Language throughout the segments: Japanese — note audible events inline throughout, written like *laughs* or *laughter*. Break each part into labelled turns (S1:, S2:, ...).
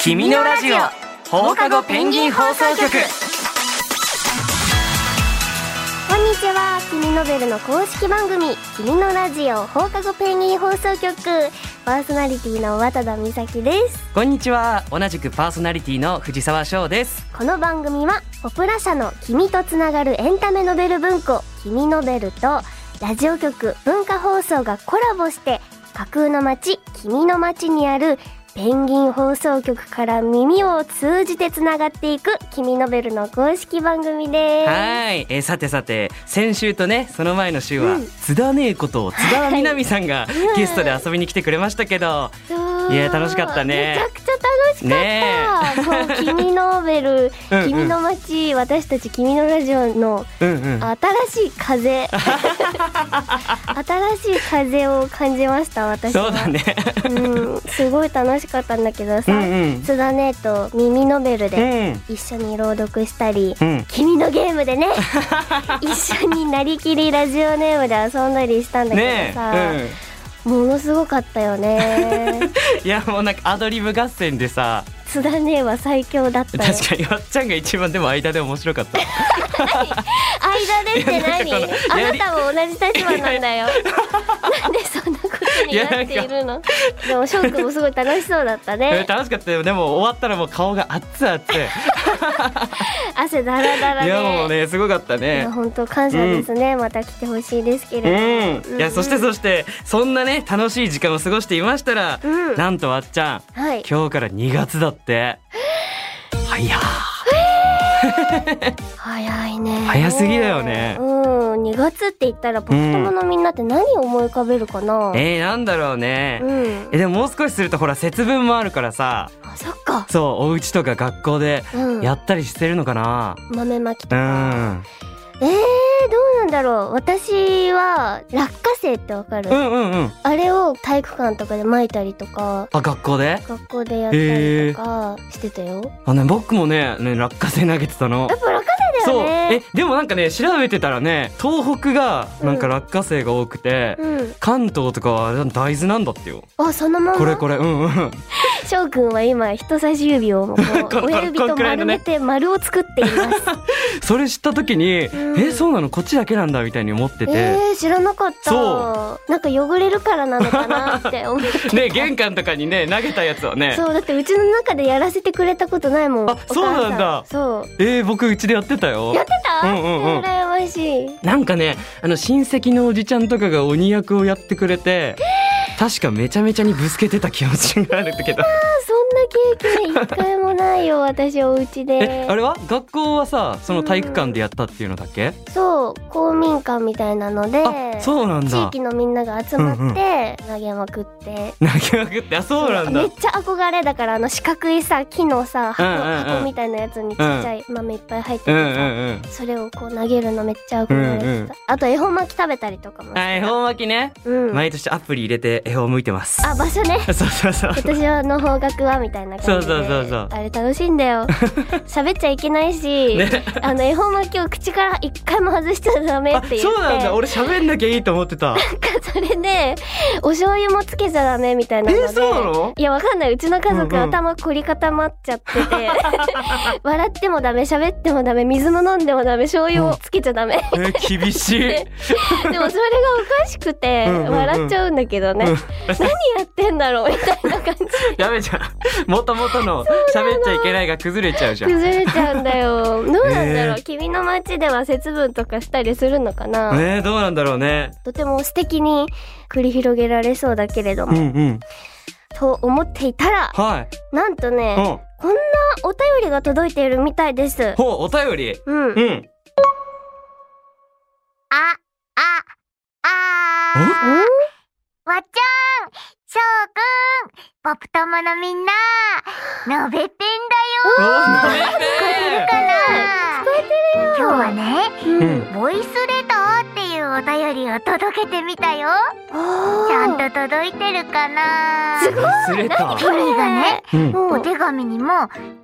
S1: 君のラジオ放課後ペンギン放送局
S2: こんにちは君ノベルの公式番組「君のラジオ放課後ペンギン放送局」パーソナリティの渡田美咲です
S1: こんにちは同じくパーソナリティの藤沢翔です
S2: この番組はポプラ社の「君とつながるエンタメノベル文庫「君ノベル」とラジオ局文化放送がコラボして架空の街「君の街」にあるペンギン放送局から耳を通じてつながっていく「君ノベル」の公式番組です。
S1: はい、えーさてさて先週とねその前の週は、
S2: うん
S1: 津田姉こと津田みなみさん *laughs* が
S2: い
S1: ゲストで遊びに来てくれましたけど、
S2: そう
S1: いや楽しかったね
S2: めちゃくちゃ楽しかった、もう君のベル
S1: *laughs* うんうん
S2: 君の街私たち君のラジオの
S1: うんうん
S2: 新し
S1: *laughs*
S2: い風新しい風を感じました私は
S1: そうだね
S2: うん、すごい楽しかったんだけど
S1: う
S2: さ、
S1: んうん
S2: 津田姉と耳のベル
S1: う
S2: で
S1: ん
S2: 一緒に朗読したり、
S1: うん
S2: 君のゲーム
S1: *laughs*
S2: でね一緒になりきりラジオネームで遊んだりしたんだけ
S1: ね
S2: どさ、
S1: え、
S2: ものすごかったよね
S1: うん、いやもうなんかアドリブ合戦でさ
S2: 津田姉は最強だったよ
S1: 確かにわっちゃんが一番でも間で面白かった
S2: 間でって
S1: いやなんかこのや
S2: 何あ
S1: り
S2: なたも同じ立場なん
S1: *laughs*
S2: だよなんでそんなことになってい
S1: いや
S2: るのでも翔くんもすごい楽しそうだった
S1: え
S2: ね
S1: ー楽しかったよでも終わったらもう顔が熱 *laughs* 々
S2: 汗だらだら
S1: い
S2: で
S1: やもうねすごかった
S2: い
S1: ね
S2: や本当感謝ですね、また来てほしいですけれども、
S1: うん、いやそしてそしてそんなね楽しい時間を過ごしていましたら、
S2: うん
S1: なんとわっちゃん
S2: はい
S1: 今日から2月だってはいや
S2: 早いね
S1: 早すぎだよね
S2: うん2月って言ったらポケモのみんなって何を思い浮かべるかな、
S1: えー、なんだろうね、
S2: うん
S1: えでももう少しするとほら節分もあるからさ
S2: あそっか
S1: そうお家とか学校で
S2: うん
S1: やったりしてるのかな
S2: 豆まきと
S1: う
S2: か、
S1: ん、
S2: えー、どうなんだろう私は落花生ってわかる、
S1: うんうんうん
S2: あれを体育館とかで撒いたりとか
S1: あ学校で
S2: 学校でやったりとかしてたよ、
S1: あ、ね、僕もねね落花生投げてたの
S2: やっぱ落花生だ
S1: そう
S2: よね
S1: えでもなんかね調べてたらね東北がなんか落花生が多くて、
S2: うん
S1: 関東とかは大豆なんだってよ
S2: あそのまま
S1: これこれうんうん
S2: 翔くんは今人差し指をこ
S1: *laughs* こ
S2: う親指
S1: こん
S2: と
S1: くらい
S2: 丸
S1: のね
S2: めて丸を作ってい
S1: *laughs*
S2: ます、
S1: それ知った時に、
S2: うん
S1: えそうなのこっちだけなんだみたいに思ってて、
S2: えー、知らなかった
S1: そ
S2: なんか汚れるからなのかなって思って
S1: ね玄関とかにね投げたやつを *laughs* ね
S2: そうだってうちの中でやらせてくれたことないもん
S1: あ
S2: お母さ
S1: そうなんだ
S2: そ
S1: えー、僕うちでやってた
S2: うやっ
S1: よ
S2: てた、
S1: うんうんうん
S2: 羨ましい
S1: なんかねあの親戚のおじちゃんとかが鬼役をやってくれて、確かめちゃめちゃにぶつけてた気持ちがあるんだけど
S2: そんな経験一回もない
S1: *laughs*
S2: よ私お家
S1: え
S2: で
S1: あれは学校はさその体育館でやったっていうのだっけ、
S2: そう公民館みたいなので
S1: あそうなん
S2: 地
S1: だ
S2: 域のみんなが集ま
S1: うんう
S2: って投げまくって、
S1: 投げまくってあそうなん
S2: め
S1: だ
S2: っちゃ憧れだからあの四角いさ木のさ箱,、
S1: うんうんうん
S2: 箱みたいなやつにちっちゃい豆いっぱい入ってて
S1: う
S2: さ、
S1: んうんうん
S2: それをこう投げるのめっちゃ憧れてた、
S1: うんうん
S2: あと恵方巻き食べたりとかも、
S1: あ恵方巻きね
S2: うん、あ
S1: 毎年アプリ入れて恵方向いてます
S2: 場所ね
S1: *laughs* そうそうそう
S2: 私はの方角はみたいな感じで
S1: そうそうそうそう
S2: あれ楽しいん
S1: *laughs*
S2: だよ喋っちゃいけないし、
S1: ね
S2: あの恵方巻きを口から一回も外しちゃダメっ
S1: あ
S2: て言って
S1: そうなんだ俺喋んなきゃいいと思ってた
S2: *laughs* なん *laughs* かそれでお醤油もつけちゃダメみたいなので、
S1: えそうなの
S2: いやわかんないうちの家族、
S1: うんうん
S2: 頭凝り固まっちゃってて *laughs* 笑ってもダメ喋ってもダメ水も飲んでもダメ醤油をつけちゃ
S1: *laughs*
S2: ダメ、
S1: え厳
S2: *laughs*
S1: しい
S2: でもそれがおかしくて
S1: うんうんうん
S2: 笑っちゃうんだけどね、
S1: うん
S2: 何やってんだろうみたいな感じ
S1: やべじゃん元々の喋っちゃいけないが崩れちゃうじゃんね
S2: 崩れちゃうん
S1: *laughs*
S2: だよどうなんだろう、
S1: ねえ
S2: 君の街では節分とかしたりするのかな、
S1: えどうなんだろうね
S2: とても素敵に繰り広げられそうだけれど
S1: う
S2: も、
S1: んうん
S2: と思っていたら
S1: はい
S2: なんとね、
S1: うん
S2: こんなお便りが届いているみたいです。
S1: ほうお便り
S2: う
S1: う
S2: ん。あ、
S1: ん
S3: あ、あ、あーわっちゃん、しょうくん、ポップ友のみんな、のべっぺんだよ
S1: おなめ
S3: か
S1: て
S3: な今日はね、
S2: うん
S1: う
S2: うんん。
S3: ボイスレターっていうお便りを届けてみたよ
S2: あ
S3: ちゃん
S2: ー
S3: と届いてるかな
S2: す
S1: 忘れた
S3: 距離がね、
S1: うん
S2: も
S3: お
S2: う
S3: 手紙にも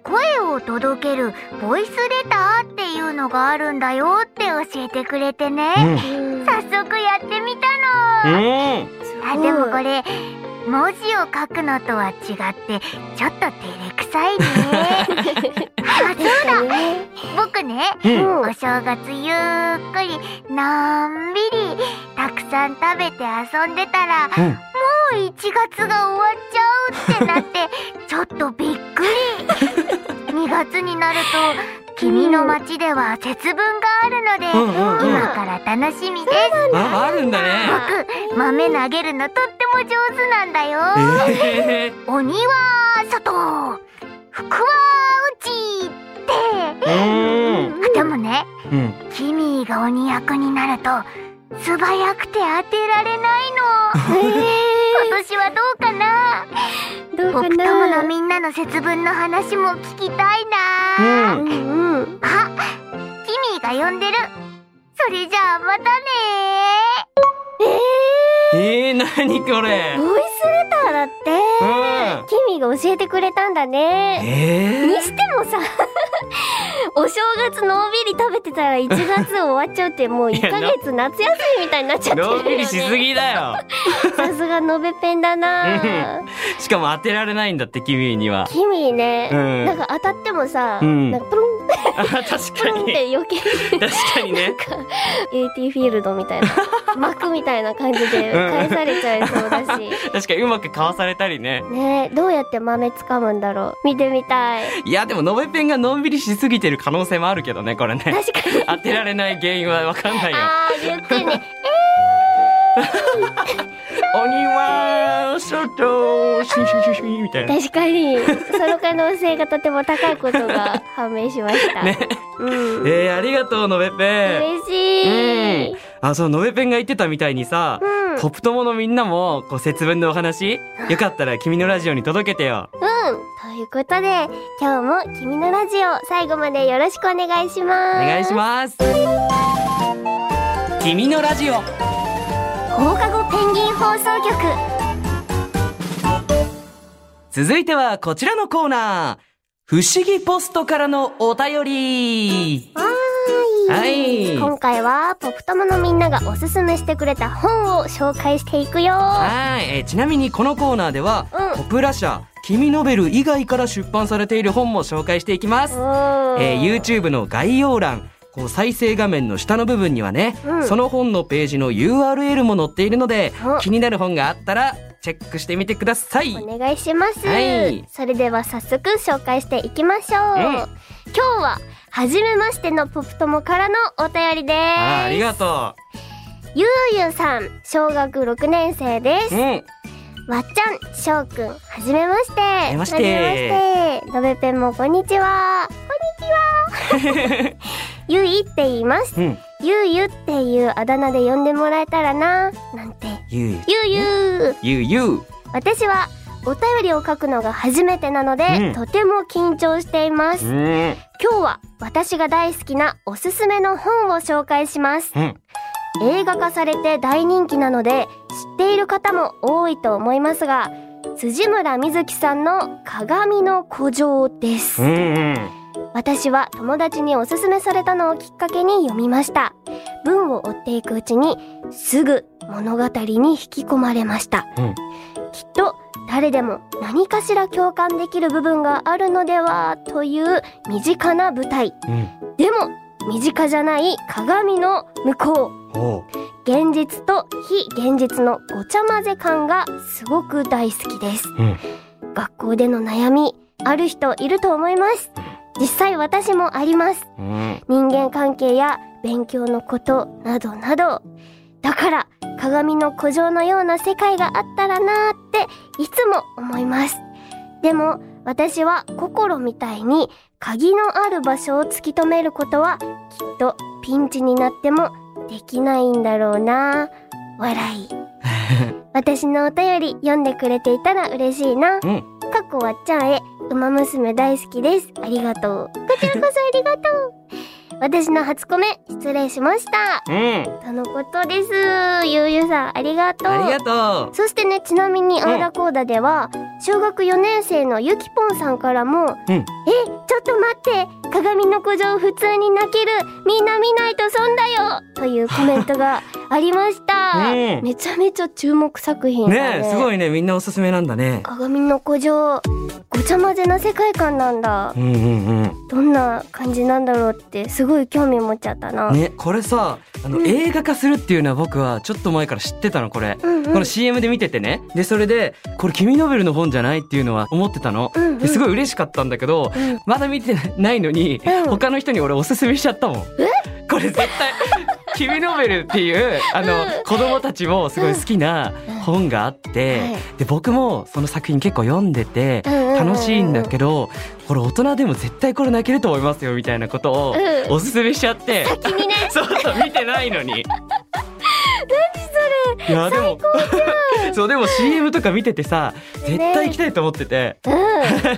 S3: 声を届けるボイスレターっていうのがあるんだよって教えてくれてね、
S1: うん
S2: うん
S3: 早速やってみたの
S1: うん
S3: あでもこ
S2: れ
S3: れ文字を書くのとは違ってちょっと照れくさいねあそう
S2: 確か
S3: だ
S2: にね。
S3: 僕ね
S1: うん
S2: うん
S3: お正月ゆっくりのんびりたくさん食べて遊んでたら
S1: うん
S3: もう1月が終わっちゃうってなって
S1: *laughs*
S3: ちょっとびっくり2月になると君の街では節分があるので、
S1: うんうんうん
S3: 今から楽しみです
S1: ああるんだね
S3: 僕豆投げるのとっても上手なんだよ、
S1: え
S3: 鬼は外福は内っ
S1: えー、
S3: てでもね
S1: うんうん
S3: キミーが鬼役になると素早くて当てられないの今年はどうかな
S2: どうか
S3: 僕ともの
S2: な。
S3: みんなの節分の話も聞きたいな、
S1: う
S2: うんんうん。
S3: あキミーが呼んでるそれじゃあまたね
S1: えー、何これ
S2: ボイスレターだって。
S1: うん
S2: キミが教えてくれたんだね。
S1: え
S2: にしてもさ、 *laughs* お正月のんびり食べてたら1月終わっちゃうってもう1ヶ月夏休みみたいになっち
S1: ー、
S2: ゃってるよね。
S1: のんびりしすぎだよ
S2: さすがのべペンだな
S1: う。しかも当てられないんだって君に
S2: *laughs*
S1: は
S2: キミね、
S1: うん
S2: なんか当たってもさ、
S1: うん
S2: なんかプ
S1: *laughs*
S2: ルン
S1: あ確か
S2: プルンっ
S1: に
S2: て余計 *laughs*
S1: 確かにね
S2: AT フィールドみたいな膜みたいな感じで返されちゃいそうだ
S1: *laughs*
S2: し。
S1: 確かにうまくかわされたりね
S2: ねえどうやって豆掴むんだろう見てみたい
S1: いやでものべペンがのんびりしすぎてる可能性もあるけどねこれね
S2: 確かに
S1: 当てられない原因はわかんないよ
S2: あー言ってね
S1: 鬼は外シュシュシュシュみたいな
S2: 確かにその可能性がとても高いこ
S1: *laughs*
S2: とが判明しました、
S1: ね
S2: うん、
S1: えー、ありがとうのべペン
S2: 嬉しい、
S1: あそうのべペンが言ってたみたいにさ
S2: うん
S1: ポップ友のみんなもこう節分のお話よかったら君のラジオに届けてよ
S2: うん、ということで今日も「君のラジオ」最後までよろしくお願いし
S1: お
S2: ます
S1: 願いします君のラジオ
S2: す放課後ペンギン放送局
S1: 続いてはこちらのコーナー不思議ポストからのお便り
S2: は
S1: はい
S2: 今回はポップ友のみんながおすすめしてくれた本を紹介していくよ
S1: はい、えーちなみにこのコーナーでは、
S2: うん
S1: ポプラ社君ノベル以外から出版されている本も紹介していきます、えー YouTube の概要欄こう再生画面の下の部分にはね、
S2: うん
S1: その本のページの URL も載っているので
S2: お
S1: 気になる本があったらチェックしてみてください
S2: お願いします、
S1: はい
S2: それでは早速紹介していきましょう、
S1: ん
S2: 今日は初めましてのポプ友からのお便りで
S1: あーあり
S2: す
S1: がと
S2: ゆうゆうさん小学六年生です
S1: う、うん、
S2: わっちゃんしょうくんはじめましては
S1: じめまして
S2: めましてのべぺんもこんにちはこんにちはゆいって言います
S1: うん、
S2: ゆうゆっていうあだ名で呼んでもらえたらななんて
S1: ゆう
S2: ゆう
S1: ゆ
S2: ゆう
S1: うゆう
S2: 私はお便りを書くのが初めてなの
S1: う
S2: で、
S1: ん
S2: とても緊張しています、
S1: うん
S2: 今日は私が大好きなおすすめの本を紹介します
S1: うん
S2: 映画化されて大人気なので知っている方も多いと思いますが辻村瑞希さんの鏡の古城です、
S1: うん
S2: 私は友達におすすめされたのをきっかけに読みました文を追っていくうちにすぐ物語に引き込まれました、
S1: うん
S2: きっと誰でも何かしら共感できる部分があるのではという身近な舞台
S1: うん
S2: でも身近じゃない鏡の向こう
S1: おう
S2: 現実と非現実のごちゃ混ぜ感がすごく大好きです
S1: うん
S2: 学校での悩みある人いると思います実際私もあります
S1: うん
S2: 人間関係や勉強のことなどなどだから鏡の古城のような世界があったらなーっていつも思いますでも私は心みたいに鍵のある場所を突き止めることはきっとピンチになってもできないんだろうなー笑い私のお便り読んでくれていたら嬉しいな
S1: うん
S2: かっこわっちゃんへ、ウマ娘大好きです。ありがとう。こちらこそありがとう。私の初コメ、失礼しました。
S1: うん
S2: とのことです。ゆうゆうさん、ありがとう。
S1: ありがと
S2: そしてね、ちなみに、
S1: ん
S2: あーだこーだでは、小学4年生のゆきぽんさんからも、
S1: うん
S2: え、ちょっと待って、鏡の古城普通に泣ける、みんな見ないと損だよというコメントがあり
S1: *laughs*
S2: ました、
S1: うん
S2: めちゃめちゃ注目作品だね
S1: ねえすごいねみんなおすすめなんだね
S2: 鏡の古城ごちゃ混ぜな世界観なんだ
S1: うんうんうん
S2: どんな感じなんだろうってすごい興味持っちゃったな、
S1: ねこれさあの、
S2: うん
S1: 映画化するっていうのは僕はちょっと前から知ってたのこれ、
S2: うんうん
S1: この CM で見ててねでそれでこれ君ノベルの本じゃないっていうのは思ってたの、
S2: うんうん
S1: ですごい嬉しかったんだけど、
S2: うん
S1: まだ見てないのに、
S2: うん
S1: 他の人に俺おすすめしちゃったもんこれ絶
S2: *laughs*
S1: 対君ノベルっていうあの、
S2: うん
S1: 子供たちもすごい好きな本があって、
S2: うんはい
S1: で僕もその作品結構読んでて
S2: うんうんうんうん
S1: 楽しいんだけど、これ大人でも絶対これ泣けると思いますよみたいなことを
S2: うん
S1: おすすめしちゃって、
S2: 気にね
S1: *laughs* そうそう見てないのに。何それ。いやでも *laughs* そうでも CM とか見ててさ絶対行きたいと思ってて。
S2: うん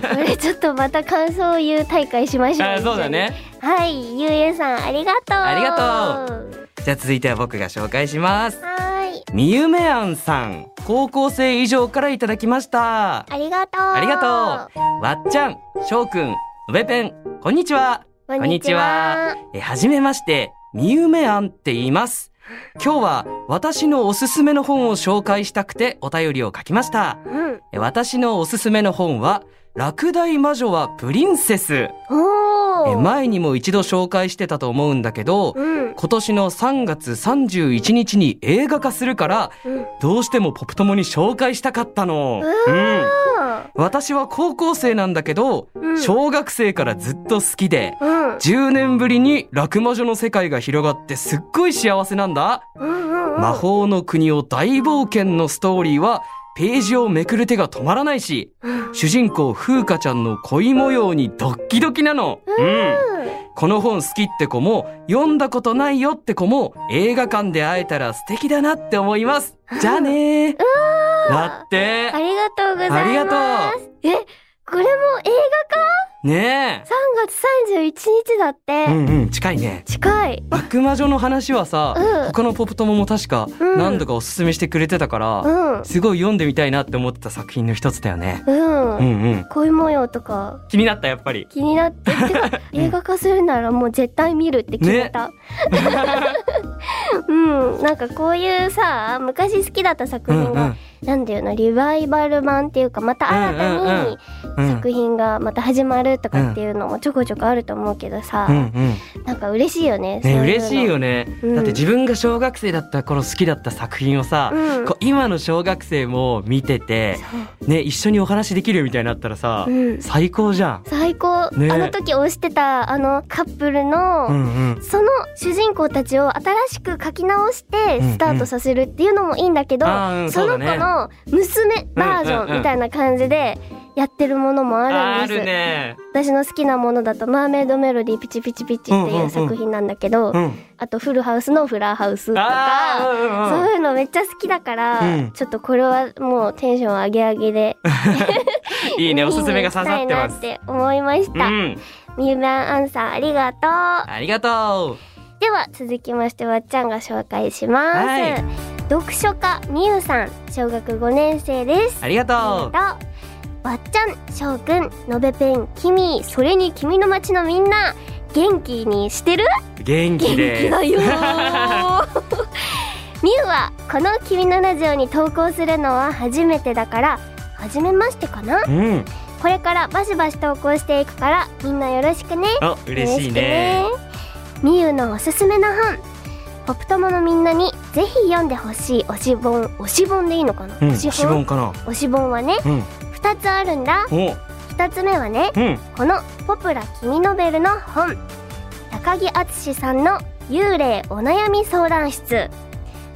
S2: これちょっとまた感想を言う大会しましょう
S1: *laughs* あそうだね。
S2: はいゆうえさんありがとう
S1: ありが
S2: とう
S1: じゃあ続いては僕が紹介します。
S2: はーい
S1: みゆめあんさん高校生以上からいただきました。
S2: ありがとう
S1: ありがとう。わっちゃん、しょうくん、のべペン、こんにちは。
S2: こ
S1: んにちはえ、はじめまして、みゆめあんって言います。今日は私のおすすめの本を紹介したくてお便りを書きました。
S2: うん
S1: え私のおすすめの本は、落第魔女はプリンセス。
S2: お
S1: え
S2: お、
S1: 前にも一度紹介してたと思うんだけど、
S2: うん
S1: 今年の3月31日に映画化するから、
S2: うん
S1: どうしてもポプトモに紹介したかったの。
S2: う
S1: うん私は高校生なんだけど、
S2: うん
S1: 小学生からずっと好きで、
S2: うん
S1: 10年ぶりに落魔女の世界が広がってすっごい幸せなんだ。
S2: うん *laughs* うんうん
S1: 魔法の国を大冒険のストーリーは、ページをめくる手が止まらないし、
S2: うん
S1: 主人公風花ちゃんの恋模様にドッキドキなの。うん。この本好きって子も、読んだことないよって子も、映画館で会えたら素敵だなって思います。じゃあねー。だって
S2: あ。りがとうございます
S1: ありがと
S2: えこれも映
S1: ね
S2: 画3月31日だっ
S1: え。
S2: て、
S1: うんうん、近いね。
S2: 近い
S1: 悪魔女の話はさ、
S2: うん
S1: 他のポップ友も確か
S2: うん
S1: 何度かおすすめしてくれてたから、
S2: うん
S1: すごい読んでみたいなって思ってた作品の一つだよね。
S2: うん、
S1: うんうん。
S2: 恋模様とか
S1: 気になったやっぱり。
S2: 気になって
S1: *laughs*
S2: てか映画化するならもう絶対見るって決めた、 *laughs* うんなんかこういうさ昔好きだった作
S1: うん
S2: 品
S1: う
S2: が、
S1: ん。
S2: なんだよなリバイバル版っていうかまた新
S1: うんうんう
S2: た
S1: ん
S2: に
S1: うん
S2: 作品がまた始まるとかっていうのもちょこちょこあると思うけどさ、
S1: うんうん。
S2: なんか嬉しいよねそういう
S1: ね
S2: の
S1: 嬉しいよね、
S2: うん
S1: だって自分が小学生だった頃好きだった作品をさ、
S2: うん
S1: こう今の小学生も見てて、ね、一緒にお話できるみたいになったらさ、
S2: うん
S1: 最高じゃん。
S2: 最高、
S1: ね
S2: あの時推してたあのカップルの、
S1: うんうん。
S2: その主人公たちを新しく書き直して
S1: うんうん
S2: スタートさせるっていうのもいいんだけど、
S1: あーうん
S2: その
S1: そう
S2: 子
S1: だね
S2: の娘バージ
S1: うんうん
S2: ョ
S1: うん
S2: ンみたいな感じでやってるものもあるんです、
S1: るね。
S2: 私の好きなものだと「マーメイドメロディーピチピチピチ」って
S1: うんうんう
S2: い
S1: ん
S2: う作品なんだけど、
S1: うん。
S2: あと「フルハウス」の「フラーハウス」と
S1: ああ、
S2: か。
S1: うんうん
S2: そう
S1: うん。
S2: いうのめっちゃ好きだから、
S1: うん
S2: ちょっとこれはもうテンション上げ上げで
S1: いいね、おすすめが
S2: 見
S1: 刺
S2: に
S1: さって
S2: 行きたいな
S1: ま
S2: っ
S1: す。
S2: て思いまし
S1: う
S2: た、
S1: ん。
S2: みゆめあんさんありがとう
S1: ありがと
S2: では続きましてわっちゃんが紹介します、
S1: はい
S2: 読書家みゆさん小学5年生です
S1: う。ありがとう。
S2: ありがとうわっちゃんしょうくんのべペンきみそれに君の街のみんな元気にしてる
S1: 元気
S2: 元気
S1: です
S2: だよー *laughs* みゆはこの君のラジオに投稿するのは初めてだから初めましてかな
S1: *laughs* うん。
S2: これからバシバシ投稿していくからみんなよろしくね
S1: あ、嬉しいね。
S2: みゆのおすすめの本ポップ友のみんなにぜひ読んでほしい推し本推し本でいいのかな、
S1: うん、
S2: 推し
S1: 指
S2: 本
S1: 紋かな。
S2: 推し本はね
S1: うん。
S2: 2つあるんだ
S1: お、
S2: 2つ目はね
S1: うん。
S2: この「ポプラ君ノベル」の本高木敦さんの「幽霊お悩み相談室」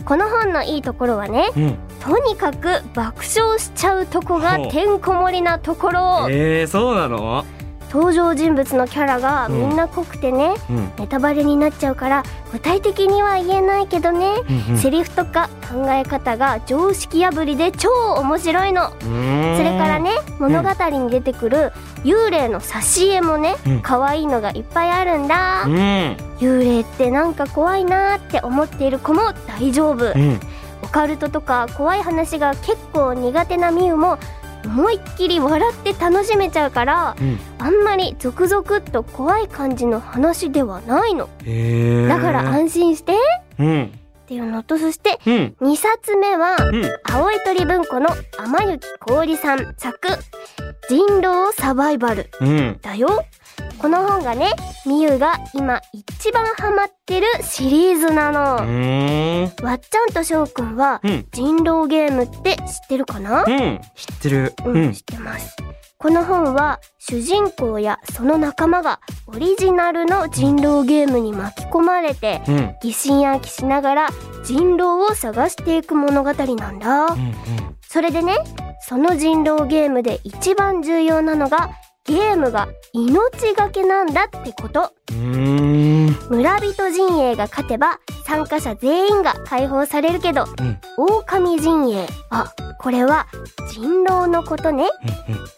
S2: この本のいいところはね
S1: うん。
S2: とにかく爆笑しちゃうとこが
S1: ほう
S2: てんこ盛りなところ
S1: えー、そうなの？
S2: 登場人物のキャラがみんな濃くてね、
S1: うん。
S2: ネタバレになっちゃうから具体的には言えないけどね、
S1: うんうん
S2: セリフとか考え方が常識破りで超面白いの、それから。ね物語に出てくる幽霊の挿絵もね、
S1: うん
S2: 可愛いのがいっぱいあるんだ、
S1: うーん。
S2: 幽霊ってなんか怖いなーって思っている子も大丈夫、
S1: うん。うん。
S2: オカルトとか怖い話が結構苦手なみゆも思いっきり笑って楽しめちゃうから
S1: うん。
S2: あんまりゾクゾクっと怖い感じの話ではないの
S1: えー。
S2: だから安心して
S1: うん。
S2: っていうのとそして
S1: うん。
S2: 2冊目は
S1: うん。
S2: 青い鳥文庫の天雪氷さん作「人狼サバイバル
S1: うん。」
S2: だよこの本がねみゆが今一番ハマってるシリーズな
S1: う
S2: の、
S1: ーん。
S2: わっちゃんとしょうくんは
S1: うん。
S2: 人狼ゲームって知ってるかな
S1: うん。知ってる。う
S2: うん、
S1: ん
S2: 知っ。てます。この本は主人公やその仲間がオリジナルの人狼ゲームに巻き込まれて
S1: うん。うん。
S2: 疑心暗鬼しながら人狼を探していく物語なんだ
S1: う。ん。
S2: それでね、その人狼ゲームで一番重要なのがゲームが命がけなんだってこと。
S1: うん。うーん。
S2: 村人陣営が勝てば参加者全員が解放されるけど、
S1: うん
S2: 狼陣営、あ、これは人狼のことね。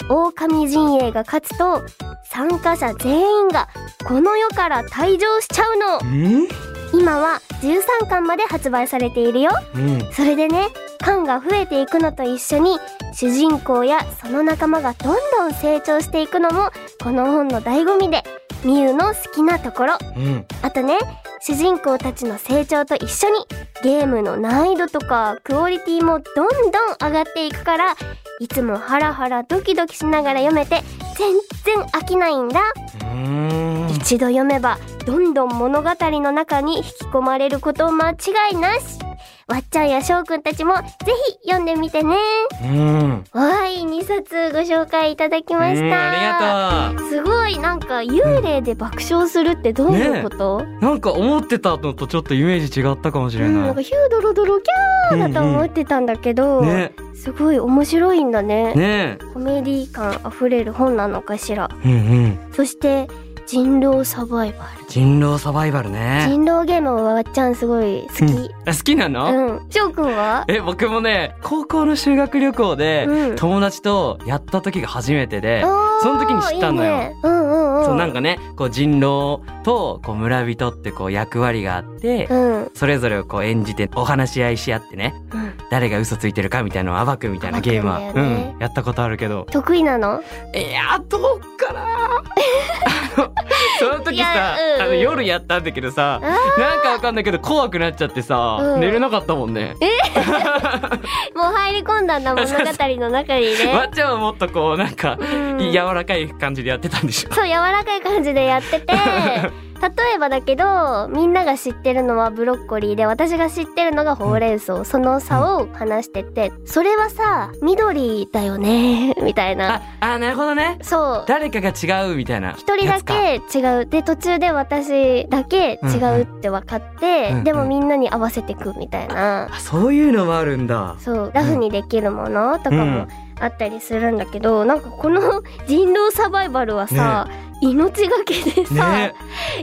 S2: 狼陣営が勝つと参加者全員がこの世から退場しちゃう
S1: う
S2: の
S1: ん。
S2: 今は13巻まで発売されているよ
S1: うん。
S2: それでね巻が増えていくのと一緒に主人公やその仲間がどんどん成長していくのもこの本の醍醐味でミユの好きなところ
S1: うん。
S2: あとね主人公たちの成長と一緒にゲームの難易度とかクオリティもどんどん上がっていくからいつもハラハラドキドキしながら読めて全然飽きないんだ、
S1: うん。
S2: 一度読めばどんどん物語の中に引き込まれること間違いなしわっちゃんやしょうくんたちもぜひ読んでみてね
S1: うん。
S2: はい2冊ご紹介いただきました、
S1: うんありが
S2: すごいなんか幽霊で爆笑するってどういうこと、
S1: なんか思ってたのとちょっとイメージ違ったかもし
S2: う
S1: れ
S2: ん、な
S1: なん
S2: か
S1: い。
S2: ヒュードロドロキャーだと思ってたんだけど、
S1: ね。
S2: すごい面白いんだね
S1: ね
S2: コメディ感あふれる本なのかしら
S1: うんうん。
S2: そして人狼サバイバ
S1: 人狼サバイバル
S2: ル
S1: ね。
S2: 人狼ゲームはわっちゃんすごい好き
S1: あ好きなの、
S2: うん翔くんは
S1: え、僕もね、高校の修学旅行で、
S2: うん
S1: 友達とやった時が初めてで、そ
S2: そ
S1: の時に知ったのよ
S2: いいね、うんうんうん
S1: そうなん
S2: か
S1: かね、こう人狼とこう村人ってこう役割があって、
S2: うん、うん、
S1: それぞれをこう演じてお話し合いし合ってね、誰が嘘ついてるかみたいなのを暴くみたいなゲームは、
S2: 暴くんだよね
S1: うん、やったことあるけど。
S2: 得意なの
S1: いや、どうかなあのその時
S2: いや
S1: さ、
S2: うん
S1: あの夜やったんだけどさ、なんかわかんないけど怖くなっちゃってさ、
S2: うん
S1: 寝れなかったもんね。
S2: *laughs* もう入り込
S1: *laughs*
S2: んだんだ物語の中に
S1: わ
S2: ね
S1: っちゃんはもっとこうなんか、
S2: うん
S1: 柔らかい感じでやってたんでしょ。
S2: そう柔らかい感じでやっ
S1: *laughs*
S2: てて例えばだけどみんなが知ってるのはブロッコリーで私が知ってるのがほうれん草、その差を話しててそれはさ緑だよね *laughs* みたいな
S1: あ、あ、なるほどね。
S2: そう
S1: 誰かが違うみたいな。
S2: 一人だけ違うで途中で私だけ違うって分かって、
S1: うんうん
S2: でもみんなに合わせてくみたいな、
S1: あそういうのもあるんだ。
S2: そうラフにできるものとか
S1: うん
S2: もあったりするんだけど、なんかこの人狼サバイバルはさ、命がけでさ、
S1: ね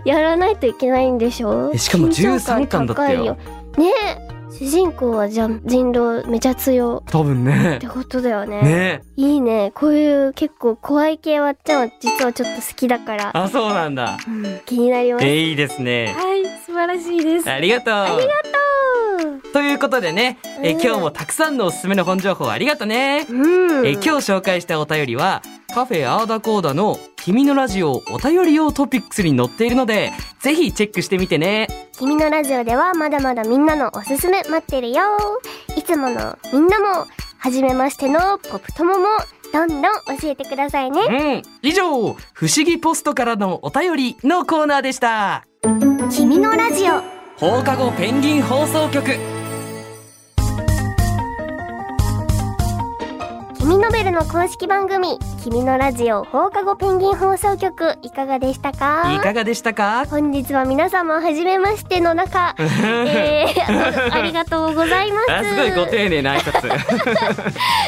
S2: やらないといけないんでしょ
S1: えしかも
S2: 緊張感
S1: 13巻だってよ
S2: 高いよねえ主人公はじゃあ人狼めちゃ強
S1: 多分ね
S2: っ。てことだよね
S1: ね
S2: いいねこういう結構怖い系はっちゃんは実はちょっと好きだから、
S1: あ、そうなんだ。
S2: うん気になります
S1: え、いいですね。
S2: はい素晴らしいです
S1: ありがとう。ということでね、え
S2: うん
S1: 今日もたくさんのおすすめの本情報ありがとね。
S2: うん
S1: え今日紹介したお便りは、カフェアーダコーダの君のラジオお便り用トピックスに載っているので、ぜひチェックしてみてね。
S2: 君のラジオではまだまだみんなのおすすめ待ってるよいつものみんなも初めましてのポップ友もどんどん教えてくださいね
S1: うん。以上、不思議ポストからのお便りのコーナーでした。
S2: 君のラジオ
S1: 放課後ペンギン放送局。
S2: 君のベルの公式番組君のラジオ放課後ペンギン放送局いかがでしたか
S1: いかがでしたか
S2: 本日は皆様はじめましての中
S1: *laughs*
S2: えー、あありがとうございます
S1: あすごいご丁寧な挨拶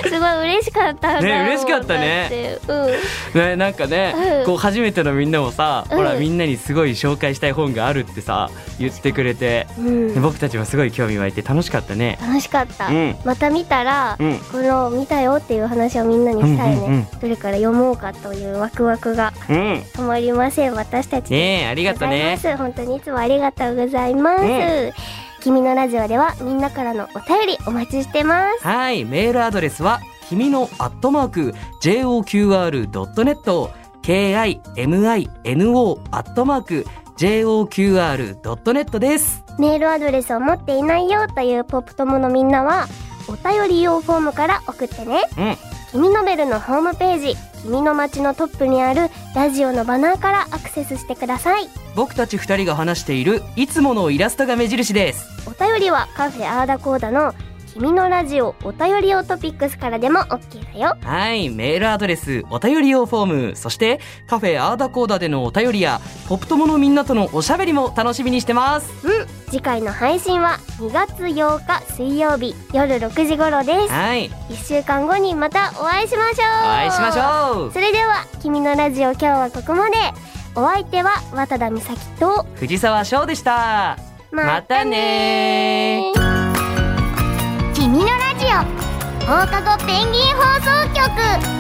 S2: すごい嬉しかったんだ
S1: ね
S2: もん
S1: 嬉しかったね
S2: だって
S1: ねなんかね、
S2: うん
S1: こう初めてのみんなもさ、
S2: うん
S1: ほらみんなにすごい紹介したい本があるってさ言ってくれて、
S2: うん、うん、
S1: 僕たちもすごい興味湧いて楽しかったね
S2: 楽しかった、
S1: うん
S2: また見たら、
S1: うん
S2: この見たよっていう話をみんなにしたいね、
S1: うんうんうん
S2: どれから読もうかというワクワクが
S1: うん
S2: 止まりません私たちで
S1: ねえあり
S2: ご
S1: がと
S2: ざいま
S1: ね
S2: す、本当にいつもありがとうございます、
S1: うん
S2: 君のラジオではみんなからのお便りお待ちしてます
S1: はいメールアドレスは君のアットマーク JOQR.net KIMINO アットマーク JOQR.net です
S2: メールアドレスを持っていないよというポップ友のみんなはお便り用フォームから送ってね
S1: うん
S2: 君のベルのホームページ君の街のトップにあるラジオのバナーからアクセスしてください
S1: 僕たち2人が話しているいつものイラストが目印です
S2: お便りはカフェアーダコーダの君のラジオお便りをトピックスからでも OK だよ
S1: はいメールアドレスお便り用フォームそしてカフェアーダコーダでのお便りやポップ友のみんなとのおしゃべりも楽しみにしてます
S2: 次回の配信は2月8日水曜日夜6時頃です
S1: はい
S2: 1週間後にまたお会いしましょう
S1: お会いしましょう
S2: それでは君のラジオ今日はここまでお相手は渡田美咲と
S1: 藤沢翔でしたまたねー
S3: 君のラジオ放課後ペンギン放送局